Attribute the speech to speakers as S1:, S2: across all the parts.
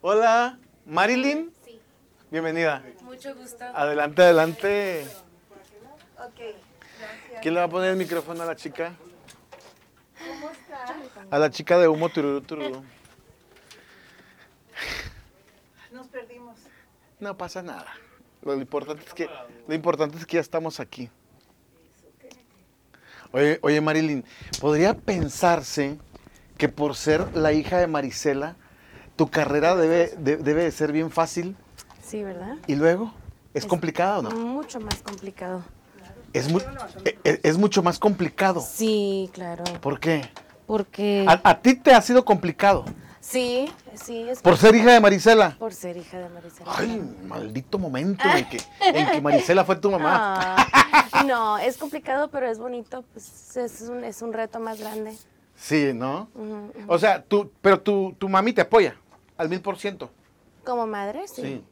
S1: Hola, Marilyn.
S2: Sí.
S1: Bienvenida.
S2: Mucho gusto.
S1: Adelante, adelante.
S3: Ok, gracias.
S1: ¿Quién le va a poner el micrófono a la chica?
S3: ¿Cómo estás?
S1: A la chica de humo tururú tururú.
S3: Nos perdimos.
S1: No pasa nada. Lo importante es que, lo importante es que ya estamos aquí. Oye, oye, Marilyn, ¿podría pensarse que por ser la hija de Marisela, tu carrera debe, de- debe de ser bien fácil
S2: Sí, ¿verdad?
S1: y luego es complicada o no?
S2: Mucho más complicado.
S1: Es, mu- e- e- es mucho más complicado.
S2: Sí, claro.
S1: ¿Por qué?
S2: Porque.
S1: A, a ti te ha sido complicado
S2: Sí, sí, es por,
S1: por ser hija de Marisela.
S2: ser hija de Marisela.
S1: Ay, maldito momento en que, en que Marisela fue tu mamá.
S2: Ah, no, es complicado, pero es bonito. Pues es un, es un reto más grande.
S1: Sí, ¿no?
S2: Ujú, ujú.
S1: O sea, tú, pero tu, tu mami te apoya al mil por ciento.
S2: Como madre, sí. Mm.
S1: Sí.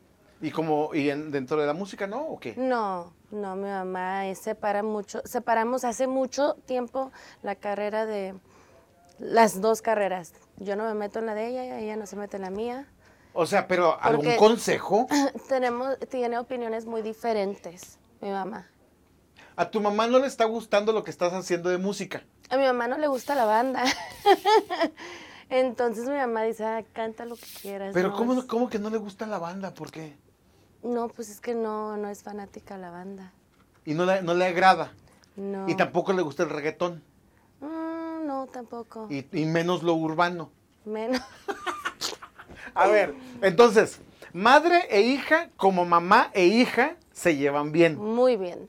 S1: Y como, y en- dentro de la música, ¿no? ¿O qué?
S2: No, no, mi mamá eh, separa mucho, separamos hace mucho tiempo la carrera de las dos carreras. Yo no me meto en la de ella, ella no se mete en la mía.
S1: O sea, pero algún
S2: Porque-
S1: consejo.
S2: Tenemos, tiene opiniones muy diferentes, mi mamá.
S1: A tu mamá no le está gustando lo que estás haciendo de música.
S2: A mi mamá no le gusta la banda. Entonces mi mamá dice, "Ah, canta lo que quieras.
S1: Pero
S2: no, es-
S1: ¿cómo, ¿cómo que no le gusta la banda? ¿Por qué?
S2: No, pues es que no, no es fanática la banda.
S1: Y no le, no le agrada.
S2: No.
S1: Y tampoco le gusta el reggaetón.
S2: Mm, no, tampoco.
S1: Y, y menos lo urbano.
S2: Menos.
S1: A ver, entonces, madre e hija, como mamá e hija, se llevan bien.
S2: Muy bien.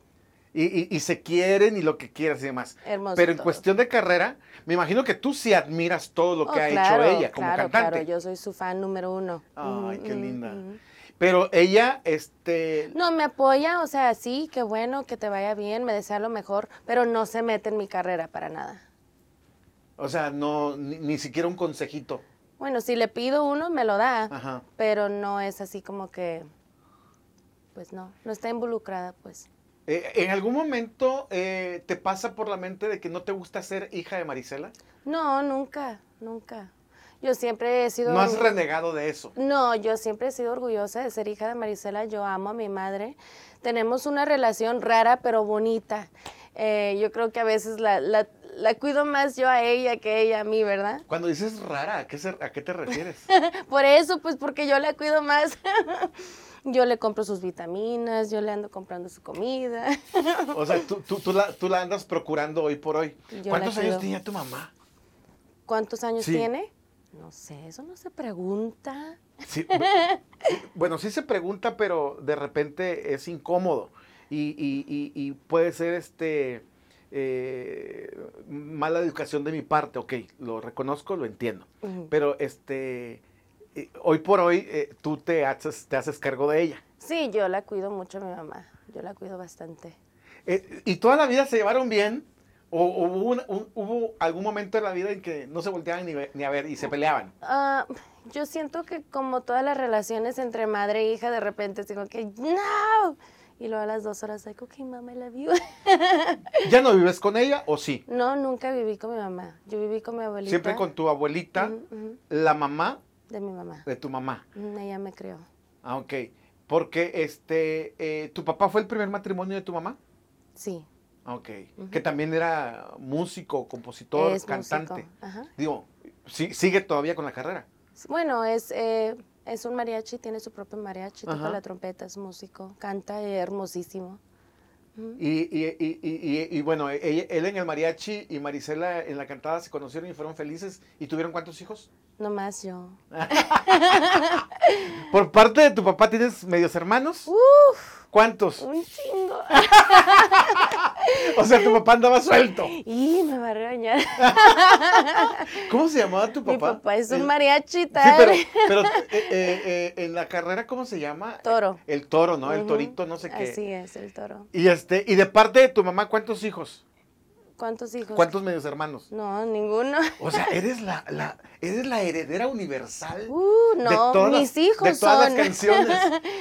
S1: Y, y- y se quieren y lo que quieras y demás.
S2: Hermoso
S1: Pero en
S2: todo.
S1: cuestión de carrera, me imagino que tú sí admiras todo lo que
S2: Oh,
S1: ha
S2: claro,
S1: hecho ella como
S2: claro,
S1: cantante.
S2: Claro, yo soy su fan número uno.
S1: Ay,
S2: Mm,
S1: qué
S2: mm,
S1: linda.
S2: mm.
S1: Pero ella, este,
S2: No, me apoya, o sea, sí, qué bueno, que te vaya bien, me desea lo mejor, pero no se mete en mi carrera para nada.
S1: o sea, no, ni, ni siquiera un consejito.
S2: Bueno, si le pido uno, me lo da,
S1: Ajá.
S2: pero no es así como que, pues no, no está involucrada, pues.
S1: Eh, ¿En algún momento eh, te pasa por la mente de que no te gusta ser hija de Marisela?
S2: No, nunca, nunca. Yo siempre he sido...
S1: No has renegado de eso.
S2: No, yo siempre he sido orgullosa de ser hija de Marisela. Yo amo a mi madre. Tenemos una relación rara pero bonita. Eh, yo creo que a veces la, la- la cuido más yo a ella que ella a mí, ¿verdad?
S1: Cuando dices rara, ¿a qué, se- a qué te refieres?
S2: Por eso, pues porque yo la cuido más. Yo le compro sus vitaminas, yo le ando comprando su comida.
S1: O sea, tú, tú- tú la, tú la andas procurando hoy por hoy.
S2: Yo la
S1: ¿Cuántos años
S2: cuido.
S1: tenía tu mamá?
S2: ¿Cuántos años
S1: Sí.
S2: tiene? No sé, eso no se pregunta.
S1: Sí, bu- sí, bueno, sí se pregunta, pero de repente es incómodo y, y- y- y puede ser este eh, mala educación de mi parte, ok, lo reconozco, lo entiendo,
S2: Ujú.
S1: pero este eh, hoy por hoy eh, tú te haces, te haces cargo de ella.
S2: Sí, yo la cuido mucho a mi mamá. Yo la cuido bastante.
S1: Eh, ¿Y toda la vida se llevaron bien? ¿O, o hubo, una- un- hubo algún momento en la vida en que no se volteaban ni, ve- ni a ver y se peleaban?
S2: Ah, yo siento que como todas las relaciones entre madre e hija, de repente digo que no. Y luego a las dos horas, like, ok, mamá, I love you.
S1: ¿Ya no vives con ella o sí?
S2: No, nunca viví con mi mamá. Yo viví con mi abuelita.
S1: Siempre con tu abuelita,
S2: Ujú, ujú,
S1: la mamá
S2: De mi mamá.
S1: de tu mamá.
S2: Ujú, Ella me crió.
S1: Ah, ok. Porque este, eh, tu papá fue el primer matrimonio de tu mamá.
S2: Sí.
S1: Ah, Ok.
S2: Ujú.
S1: Que también era músico, compositor,
S2: es
S1: cantante.
S2: músico. Ajá.
S1: Digo, sí- sigue todavía con la carrera.
S2: Bueno, es, eh, es un mariachi, tiene su propio mariachi,
S1: Ajá.
S2: toca la trompeta, es músico, canta eh, hermosísimo. Ujú.
S1: Y, y- y- y- y- y bueno, e- ella- él en el mariachi y Marisela en la cantada se conocieron y fueron felices. ¿Y tuvieron cuántos hijos?
S2: Nomás yo.
S1: Por parte de tu papá tienes medios hermanos.
S2: ¡Uf!
S1: ¿Cuántos?
S2: Un chingo.
S1: O sea, tu papá andaba suelto.
S2: Y me va a regañar.
S1: ¿Cómo se llamaba tu papá?
S2: Mi papá es un
S1: El-
S2: mariachi,
S1: Sí, pero,
S2: tal.
S1: pero, eh, eh, eh, en la carrera, ¿cómo se llama?
S2: Toro.
S1: El toro, ¿no? El
S2: Ujú.
S1: torito, no sé qué.
S2: Así es, el toro.
S1: Y este, y de parte de tu mamá, ¿cuántos hijos?
S2: ¿Cuántos hijos?
S1: ¿Cuántos medios hermanos?
S2: No, ninguno.
S1: O sea, eres la, la- eres la heredera universal.
S2: Uh,
S1: de
S2: no,
S1: todas las-
S2: mis hijos
S1: de todas las
S2: son.
S1: canciones.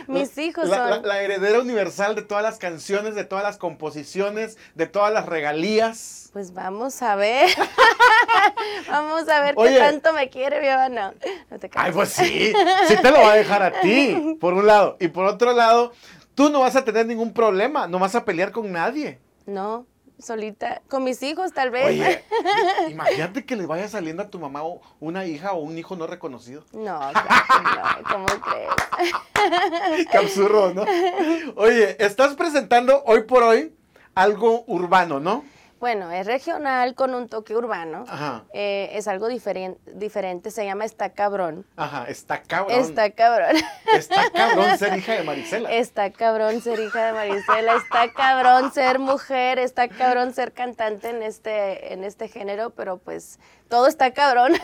S2: mis hijos
S1: la,
S2: son.
S1: la- la heredera universal de todas las canciones, de todas las composiciones, de todas las regalías.
S2: Pues vamos a ver. vamos a ver
S1: Oye.
S2: qué tanto me quiere mi mamá. No, no te
S1: Ay,
S2: creas.
S1: pues sí, sí te lo va a dejar a ti, por un lado. Y por otro lado, tú no vas a tener ningún problema, no vas a pelear con nadie.
S2: No, solita. Con mis hijos, tal vez.
S1: Oye, imagínate que le vaya saliendo a tu mamá o- una hija o un hijo no reconocido.
S2: No, claro que no. ¿Cómo crees?
S1: Qué absurdo, ¿no? Oye, estás presentando hoy por hoy algo urbano, ¿no?
S2: Bueno, es regional con un toque urbano.
S1: Ajá.
S2: Eh, es algo diferen- diferente. Se llama Está Cabrón.
S1: Ajá, está cabrón.
S2: Está cabrón.
S1: Está cabrón ser hija de Marisela.
S2: Está cabrón ser hija de Marisela, está cabrón ser mujer, está cabrón ser cantante en este, en este género, pero pues todo está cabrón.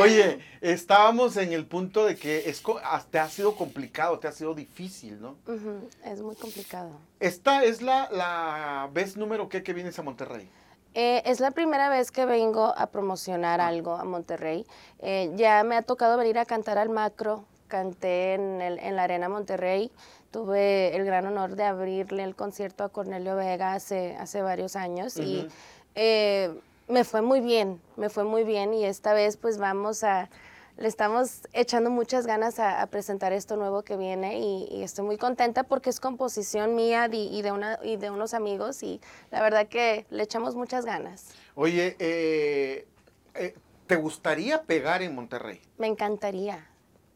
S1: Oye, estábamos en el punto de que es, co- ah, te ha sido complicado, te ha sido difícil, ¿no?
S2: Ujú, es muy complicado.
S1: Esta es la, la vez número que, que vienes a Monterrey.
S2: Eh, es la primera vez que vengo a promocionar algo a Monterrey. Eh, ya me ha tocado venir a cantar al macro. Canté en, el- en la Arena Monterrey. Tuve el gran honor de abrirle el concierto a Cornelio Vega hace, hace varios años y
S1: Ujú.
S2: eh, me fue muy bien, me fue muy bien y esta vez pues vamos a, le estamos echando muchas ganas a, a presentar esto nuevo que viene y, y estoy muy contenta porque es composición mía di- y de, una, y de unos amigos y la verdad que le echamos muchas ganas.
S1: Oye, eh, eh, ¿te gustaría pegar en Monterrey?
S2: Me encantaría,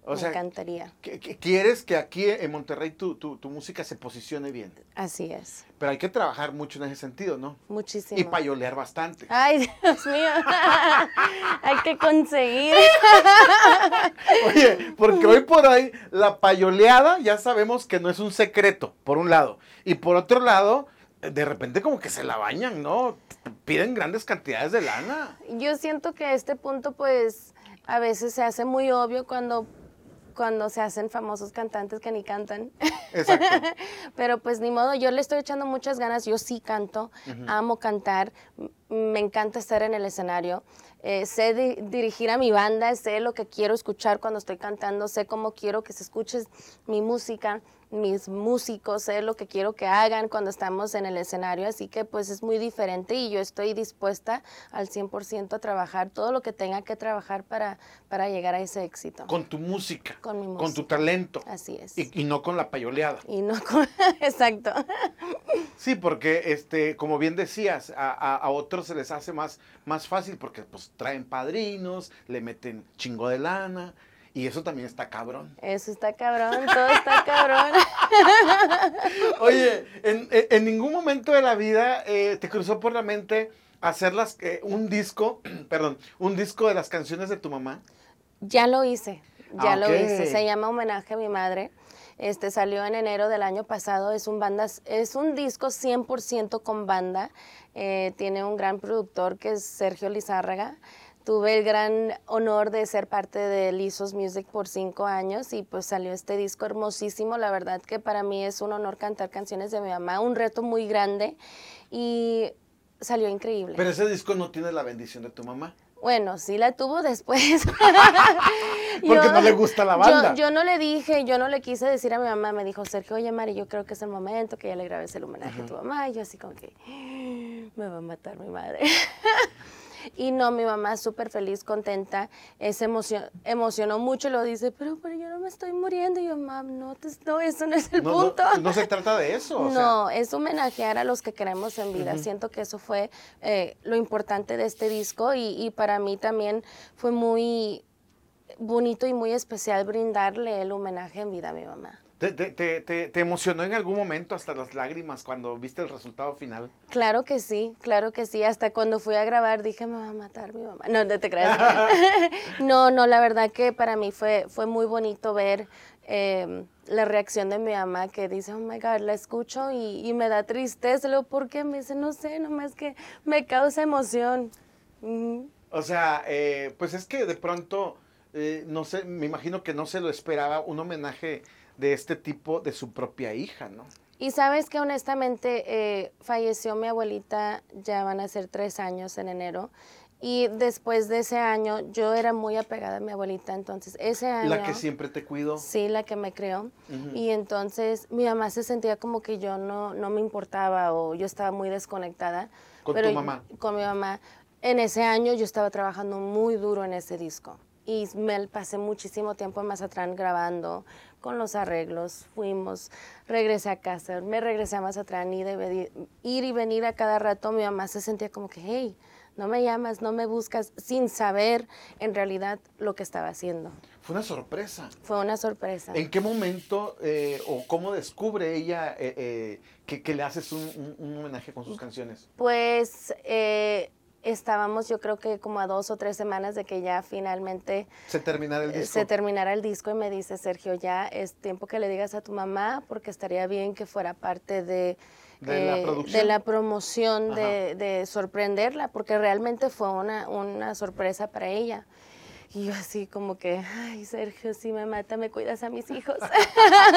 S1: O
S2: me
S1: sea,
S2: encantaría,
S1: que- que- ¿quieres que aquí en Monterrey tu, tu- tu música se posicione bien?
S2: así es,
S1: Pero hay que trabajar mucho en ese sentido, ¿no?
S2: muchísimo.
S1: Y payolear bastante.
S2: Ay, Dios mío, hay que conseguir.
S1: Oye, porque hoy por hoy la payoleada ya sabemos que no es un secreto, por un lado. Y por otro lado, de repente como que se la bañan, ¿no? Piden grandes cantidades de lana.
S2: yo siento que este punto pues a veces se hace muy obvio cuando cuando se hacen famosos cantantes que ni cantan.
S1: Exacto.
S2: Pero pues ni modo, yo le estoy echando muchas ganas, yo sí canto, amo cantar, m- me encanta estar en el escenario, eh, sé di- dirigir a mi banda, sé lo que quiero escuchar cuando estoy cantando, sé cómo quiero que se escuche mi música, mis músicos, sé lo que quiero que hagan cuando estamos en el escenario, así que pues es muy diferente y yo estoy dispuesta al 100% a trabajar todo lo que tenga que trabajar para, para llegar a ese éxito.
S1: Con tu música.
S2: Con mi
S1: Con tu
S2: música.
S1: talento.
S2: Así es. Y,
S1: Y, y no con la payoleada.
S2: no con... Exacto.
S1: Sí, porque este, como bien decías, a, a- a otros se les hace más, más fácil porque pues traen padrinos, le meten chingo de lana y eso también está cabrón.
S2: Eso está cabrón, todo está cabrón.
S1: Oye, en, en- en ningún momento de la vida eh, te cruzó por la mente hacer las, eh, un disco, perdón, un disco de las canciones de tu mamá.
S2: Ya lo hice, ya
S1: Ah,
S2: lo
S1: ok.
S2: hice. Se llama Homenaje a mi madre. Este salió en enero del año pasado. Es un banda, es un disco 100% con banda. Eh, tiene un gran productor que es Sergio Lizárraga. Tuve el gran honor de ser parte de Lizos Music por cinco años y pues salió este disco hermosísimo. La verdad que para mí es un honor cantar canciones de mi mamá, un reto muy grande y salió increíble.
S1: Pero ese disco no tiene la bendición de tu mamá.
S2: Bueno, sí la tuvo después.
S1: Porque no le gusta la
S2: yo-
S1: banda.
S2: Yo, no le dije, yo no le quise decir a mi mamá. Me dijo, Sergio, oye, Mari, yo creo que es el momento que ya le grabes el homenaje a tu mamá. Y yo así como que, me va a matar mi madre. y no, mi mamá súper feliz, contenta. eh, se emocio- emocionó mucho y lo dice, pero, pero yo no me estoy muriendo. Y yo, mam, no, te- no, eso no es el
S1: No, no-
S2: punto.
S1: no se trata de eso. o sea,
S2: No, es homenajear a los que queremos en vida. Siento que eso fue eh, lo importante de este disco y, y para mí también fue muy bonito y muy especial brindarle el homenaje en vida a mi mamá.
S1: ¿te, te- te- te- te emocionó en algún momento hasta las lágrimas cuando viste el resultado final?
S2: Claro que sí, claro que sí. Hasta cuando fui a grabar dije, me va a matar mi mamá. No, no te creas. no, no, la verdad que para mí fue, fue muy bonito ver eh, la reacción de mi mamá que dice, oh my God, la escucho y, y me da tristeza. Luego, ¿por qué? Me dice, no sé, nomás que me causa emoción. Ujú.
S1: O sea, eh, pues es que de pronto, eh, no sé, me imagino que no se lo esperaba un homenaje de este tipo de su propia hija, ¿no?
S2: Y sabes que honestamente eh, falleció mi abuelita, ya van a ser tres años en enero. Y después de ese año yo era muy apegada a mi abuelita, entonces ese año...
S1: La que siempre te cuido.
S2: Sí, la que me creó.
S1: Ujú.
S2: Y entonces mi mamá se sentía como que yo no, no me importaba o yo estaba muy desconectada.
S1: Con
S2: Pero
S1: tu mamá.
S2: Con mi mamá. En ese año yo estaba trabajando muy duro en ese disco. Y me pasé muchísimo tiempo en Mazatlán grabando con los arreglos. Fuimos, regresé a casa, me regresé a Mazatlán y de venir- ir y venir a cada rato. Mi mamá se sentía como que, hey, no me llamas, no me buscas, sin saber en realidad lo que estaba haciendo.
S1: Fue una sorpresa.
S2: Fue una sorpresa.
S1: ¿En qué momento eh, o cómo descubre ella eh, eh, que, que le haces un, un- un homenaje con sus canciones?
S2: Pues eh, estábamos yo creo que como a dos o tres semanas de que ya finalmente
S1: Se terminará el
S2: eh,
S1: disco.
S2: se terminara el disco y me dice, Sergio, ya es tiempo que le digas a tu mamá porque estaría bien que fuera parte de,
S1: ¿De la
S2: eh,
S1: producción?
S2: de la promoción, de,
S1: Ajá.
S2: de sorprenderla, porque realmente fue una, una sorpresa para ella. Y yo así como que, ay, Sergio, si me mata, me cuidas a mis hijos.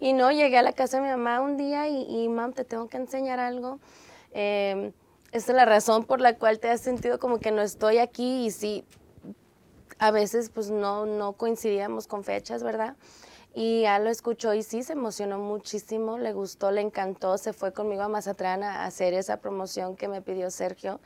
S2: y no, llegué a la casa de mi mamá un día y, y mam, te tengo que enseñar algo. Eh, esta es la razón por la cual te has sentido como que no estoy aquí y sí, a veces pues no, no coincidíamos con fechas, ¿verdad? Y ya lo escuchó y sí, se emocionó muchísimo, le gustó, le encantó, se fue conmigo a Mazatlán a hacer esa promoción que me pidió Sergio.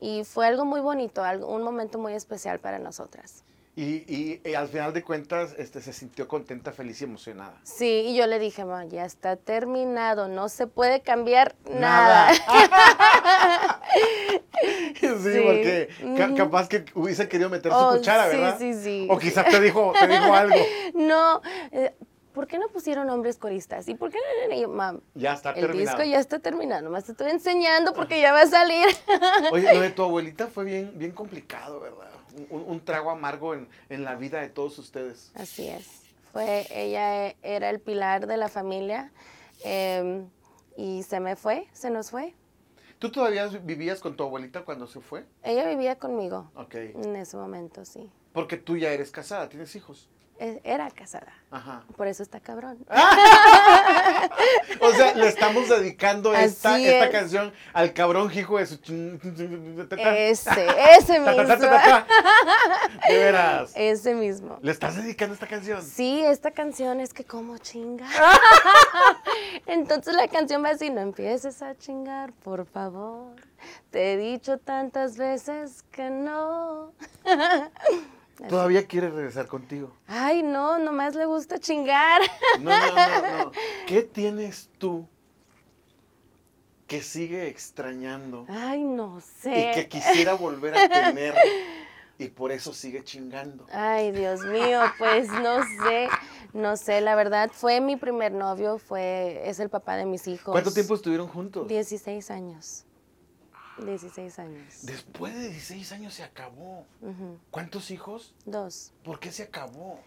S2: Y fue algo muy bonito, algo- un momento muy especial para nosotras.
S1: Y, y, eh, al final de cuentas este, se sintió contenta, feliz y emocionada.
S2: Sí, y yo le dije, ma, ya está terminado, no se puede cambiar nada.
S1: sí,
S2: Sí.
S1: porque ca-
S2: Ujú.
S1: capaz que hubiese querido meter su
S2: Oh,
S1: cuchara,
S2: sí,
S1: ¿verdad?
S2: sí, sí.
S1: O quizás te dijo, te dijo algo.
S2: No, eh, ¿por qué no pusieron hombres coristas? ¿Y por qué no? Y yo, "Ma,
S1: Ya está
S2: el
S1: terminado.
S2: disco ya está terminado, nomás te estoy enseñando porque ya va a salir.
S1: Oye, lo de tu abuelita fue bien, bien complicado, ¿verdad? Un- Un, un trago amargo en, en la vida de todos ustedes.
S2: Así es. Fue, ella e- era el pilar de la familia em, y se me fue, se nos fue.
S1: ¿Tú todavía vivías con tu abuelita cuando se fue?
S2: Ella vivía conmigo
S1: Ok.
S2: en ese momento, sí.
S1: Porque tú ya eres casada, tienes hijos.
S2: E- Era casada,
S1: Ajá.
S2: por eso está cabrón.
S1: O sea, le estamos dedicando esta,
S2: Así
S1: esta
S2: es.
S1: canción al cabrón hijo de su... chin- ta, ta,
S2: Ese, ese
S1: ta, ta, ta,
S2: mismo.
S1: ta, ta. De veras.
S2: Ese mismo.
S1: ¿Le estás dedicando esta canción?
S2: Sí, esta canción es que como chinga. Entonces la canción va así, no empieces a chingar, por favor. Te he dicho tantas veces que no.
S1: Todavía quiere regresar contigo.
S2: Ay, no, nomás le gusta chingar.
S1: No, no, no, no. ¿Qué tienes tú que sigue extrañando
S2: Ay, no sé.
S1: y que quisiera volver a tener y por eso sigue chingando?
S2: Ay, Dios mío, pues no sé, no sé, la verdad fue mi primer novio, fue es el papá de mis hijos.
S1: ¿Cuánto tiempo estuvieron juntos?
S2: 16 años. 16 años.
S1: Después de 16 años se acabó.
S2: Ujú.
S1: ¿Cuántos hijos?
S2: Dos.
S1: ¿Por qué se acabó?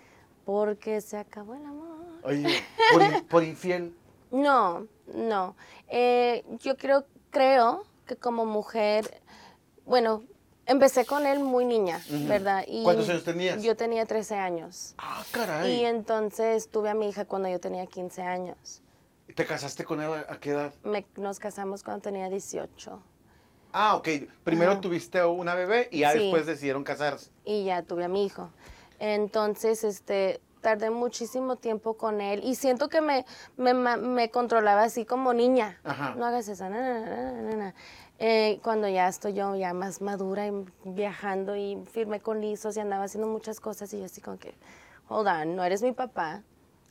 S2: Porque se acabó el amor.
S1: Oye, por, in- por infiel.
S2: No, no. Eh, yo creo, creo que como mujer, bueno, empecé con él muy niña,
S1: Ujú.
S2: ¿verdad? Y
S1: ¿Cuántos años tenías?
S2: Yo tenía 13 años.
S1: Ah,
S2: Y
S1: caray.
S2: entonces tuve a mi hija cuando yo tenía 15 años.
S1: ¿Te casaste con él a, a qué edad?
S2: Me- nos casamos cuando tenía 18
S1: Ah, ok. Primero
S2: Ajá.
S1: tuviste una bebé y ya
S2: Sí.
S1: después decidieron casarse.
S2: y ya tuve a mi hijo. Entonces, este, tardé muchísimo tiempo con él y siento que me, me, ma- me controlaba así como niña.
S1: Ajá.
S2: No hagas eso, na, na, na, na, na, na. Eh, cuando ya estoy yo ya más madura y viajando y firme con lisos y andaba haciendo muchas cosas y yo así como que, hold on, no eres mi papá,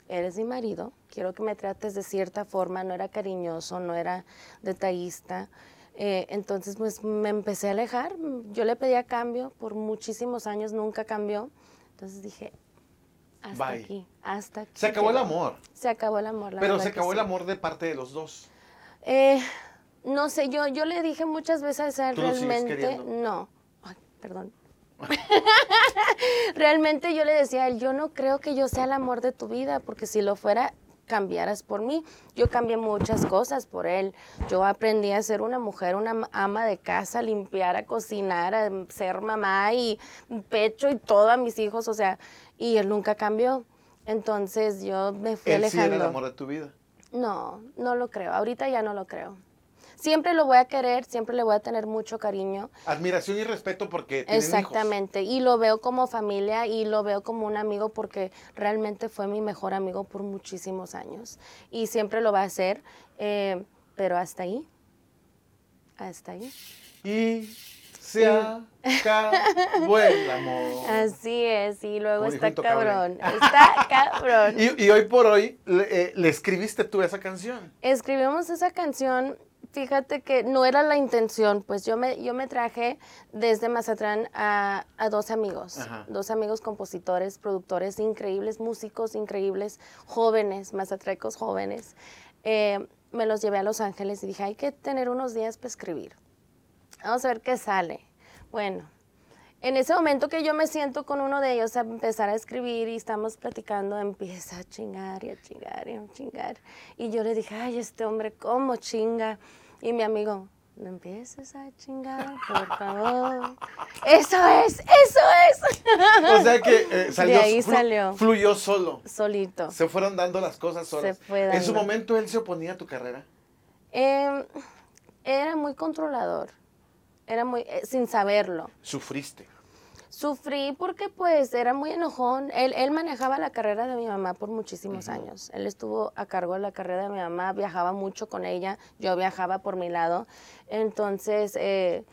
S2: eres mi marido, quiero que me trates de cierta forma, no era cariñoso, no era detallista. Eh, entonces, pues me empecé a alejar. Yo le pedía cambio por muchísimos años, nunca cambió. Entonces dije, hasta
S1: Bye.
S2: aquí, hasta aquí.
S1: Se acabó el
S2: llegó.
S1: amor.
S2: Se acabó el amor. la
S1: Pero
S2: verdad
S1: se
S2: que
S1: acabó el
S2: sí.
S1: amor de parte de los dos.
S2: Eh, no sé, yo, yo le dije muchas veces a él
S1: ¿Tú lo sigues
S2: realmente.
S1: queriendo?
S2: No. Ay, perdón. realmente yo le decía a él, yo no creo que yo sea el amor de tu vida, porque si lo fuera, cambiaras por mí. Yo cambié muchas cosas por él. Yo aprendí a ser una mujer, una am- ama de casa, a limpiar, a cocinar, a ser mamá y pecho y todo a mis hijos, o sea, y él nunca cambió. Entonces yo me fui
S1: Él sí
S2: alejando.
S1: era el amor de tu vida.
S2: No, no lo creo. Ahorita ya no lo creo. Siempre lo voy a querer, siempre le voy a tener mucho cariño.
S1: Admiración y respeto porque tienen hijos.
S2: Exactamente. Y lo veo como familia y lo veo como un amigo porque realmente fue mi mejor amigo por muchísimos años. Y siempre lo va a ser. eh, pero hasta ahí. Hasta ahí.
S1: Y se acabó el amor.
S2: Así es. Y luego
S1: Oh. Como dijo
S2: está
S1: Intocable.
S2: cabrón. Está cabrón.
S1: Y, y hoy por hoy le, eh, le escribiste tú esa canción.
S2: escribimos esa canción, fíjate que no era la intención, pues yo me, yo me traje desde Mazatlán a, a dos amigos,
S1: Ajá.
S2: dos amigos compositores, productores increíbles, músicos increíbles, jóvenes, mazatrecos jóvenes. Eh, me los llevé a Los Ángeles y dije, hay que tener unos días para escribir. Vamos a ver qué sale. Bueno, en ese momento que yo me siento con uno de ellos a empezar a escribir y estamos platicando, empieza a chingar y a chingar y a chingar. Y yo le dije, ay, este hombre, ¿cómo chinga? Y mi amigo, no empieces a chingar, por favor. Eso es, eso es.
S1: O sea que eh, salió,
S2: De ahí
S1: flu-
S2: salió.
S1: fluyó solo.
S2: Solito.
S1: Se fueron dando las cosas solas.
S2: Se fue
S1: en su
S2: dando.
S1: momento él se oponía a tu carrera.
S2: Eh, era muy controlador, era muy, eh, sin saberlo.
S1: Sufriste.
S2: Sufrí porque pues era muy enojón. Él, él manejaba la carrera de mi mamá por muchísimos años. Él estuvo a cargo de la carrera de mi mamá, viajaba mucho con ella, yo viajaba por mi lado. Entonces, eh,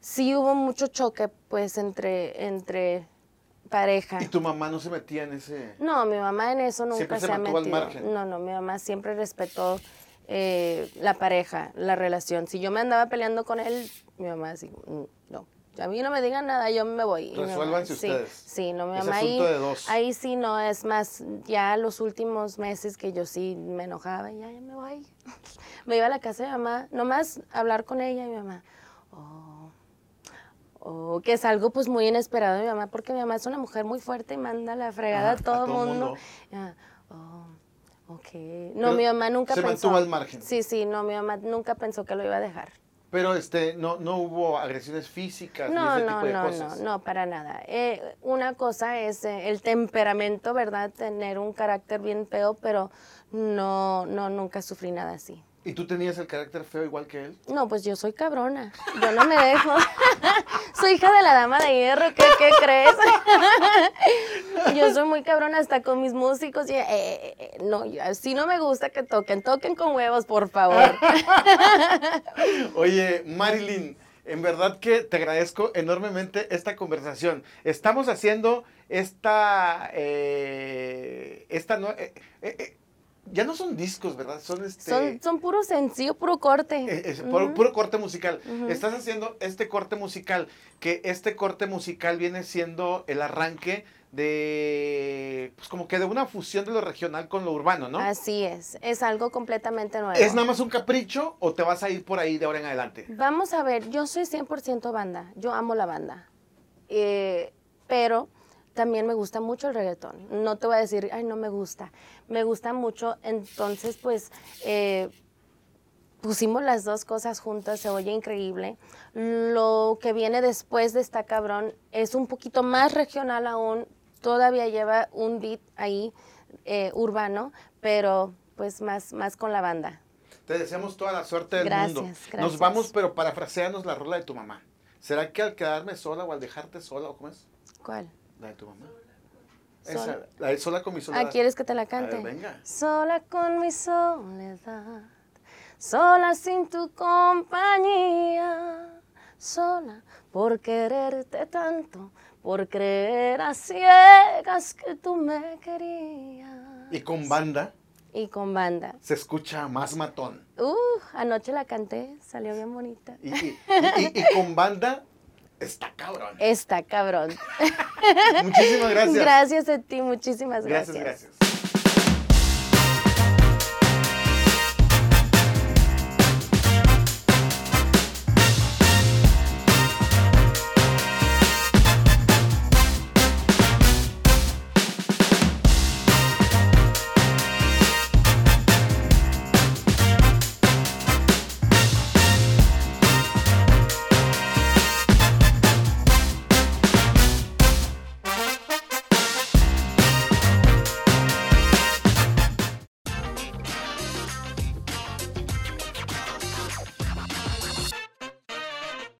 S2: sí hubo mucho choque pues entre, entre pareja.
S1: Y tu mamá no se metía en ese.
S2: No, mi mamá en eso nunca
S1: Siempre se
S2: se, ha
S1: mantuvo al
S2: metido.
S1: margen.
S2: No, no, mi mamá siempre respetó eh, la pareja, la relación. Si yo me andaba peleando con él, mi mamá así, "Mm, no. A mí no me digan nada, yo me voy. Y mi mamá,
S1: Resuélvanse
S2: sí,
S1: ustedes.
S2: Sí, no, mi
S1: Es
S2: mamá ahí,
S1: asunto de dos.
S2: ahí sí no, es más, ya los últimos meses que yo sí me enojaba, ya, ya me voy. me iba a la casa de mi mamá, nomás hablar con ella y mi mamá. "Oh, o que es algo pues muy inesperado de mi mamá, porque mi mamá es una mujer muy fuerte y manda la fregada
S1: Ajá,
S2: a todo, mundo.
S1: mundo.
S2: Ya, oh, ok. No,
S1: Pero
S2: mi mamá nunca
S1: se
S2: pensó.
S1: mantuvo al margen.
S2: Sí, sí, no, mi mamá nunca pensó que lo iba a dejar.
S1: Pero este, no, no hubo agresiones físicas
S2: No,
S1: ni ese
S2: no,
S1: tipo de
S2: no, no,
S1: cosas.
S2: no, para nada. Eh, una cosa es eh, el temperamento, ¿verdad? Tener un carácter bien feo, pero no, no, nunca sufrí nada así.
S1: ¿Y tú tenías el carácter feo igual que él?
S2: No, pues yo soy cabrona. Yo no me dejo. soy hija de la dama de hierro, ¿qué, qué crees? yo soy muy cabrona hasta con mis músicos. y, eh, eh, eh, no, yo- así no me gusta que toquen. Toquen con huevos, por favor.
S1: Oye, Marilyn, en verdad que te agradezco enormemente esta conversación. Estamos haciendo esta. eh, esta nue- eh, eh, eh, ya no son discos, ¿verdad? Son este.
S2: Son, son puro sencillo, puro corte.
S1: eh, eh, puro-
S2: Ujú.
S1: puro corte musical.
S2: Ujú.
S1: Estás haciendo este corte musical, que este corte musical viene siendo el arranque de, pues como que de una fusión de lo regional con lo urbano, ¿no?
S2: Así es. Es algo completamente nuevo.
S1: ¿Es nada más un capricho o te vas a ir por ahí de ahora en adelante?
S2: Vamos a ver, yo soy 100% banda, yo amo la banda, Eh, pero también me gusta mucho el reggaetón. No te voy a decir, ay, no me gusta, me gusta mucho, entonces pues eh, pusimos las dos cosas juntas, se oye increíble. Lo que viene después de Está Cabrón es un poquito más regional aún, todavía lleva un beat ahí eh, urbano, pero pues más, más con la banda.
S1: Te deseamos toda la suerte del
S2: Gracias,
S1: mundo. Nos
S2: gracias.
S1: vamos, pero parafraseanos la rola de tu mamá. ¿Será que al quedarme sola o al dejarte sola o cómo es?
S2: ¿Cuál?
S1: La de tu mamá. Esa,
S2: Sola.
S1: la de sola con mi
S2: Ah,
S1: soledad.
S2: ¿quieres que te la
S1: ver,
S2: cante?
S1: venga.
S2: Sola con mi soledad, sola sin tu compañía, sola por quererte tanto, por creer a ciegas que tú me querías.
S1: Y con banda
S2: Y con banda.
S1: se escucha más matón.
S2: Uh, anoche la canté, salió bien bonita.
S1: Y, y- y- y con banda está cabrón.
S2: Está cabrón.
S1: Muchísimas gracias.
S2: a ti, muchísimas
S1: Gracias,
S2: gracias.
S1: gracias.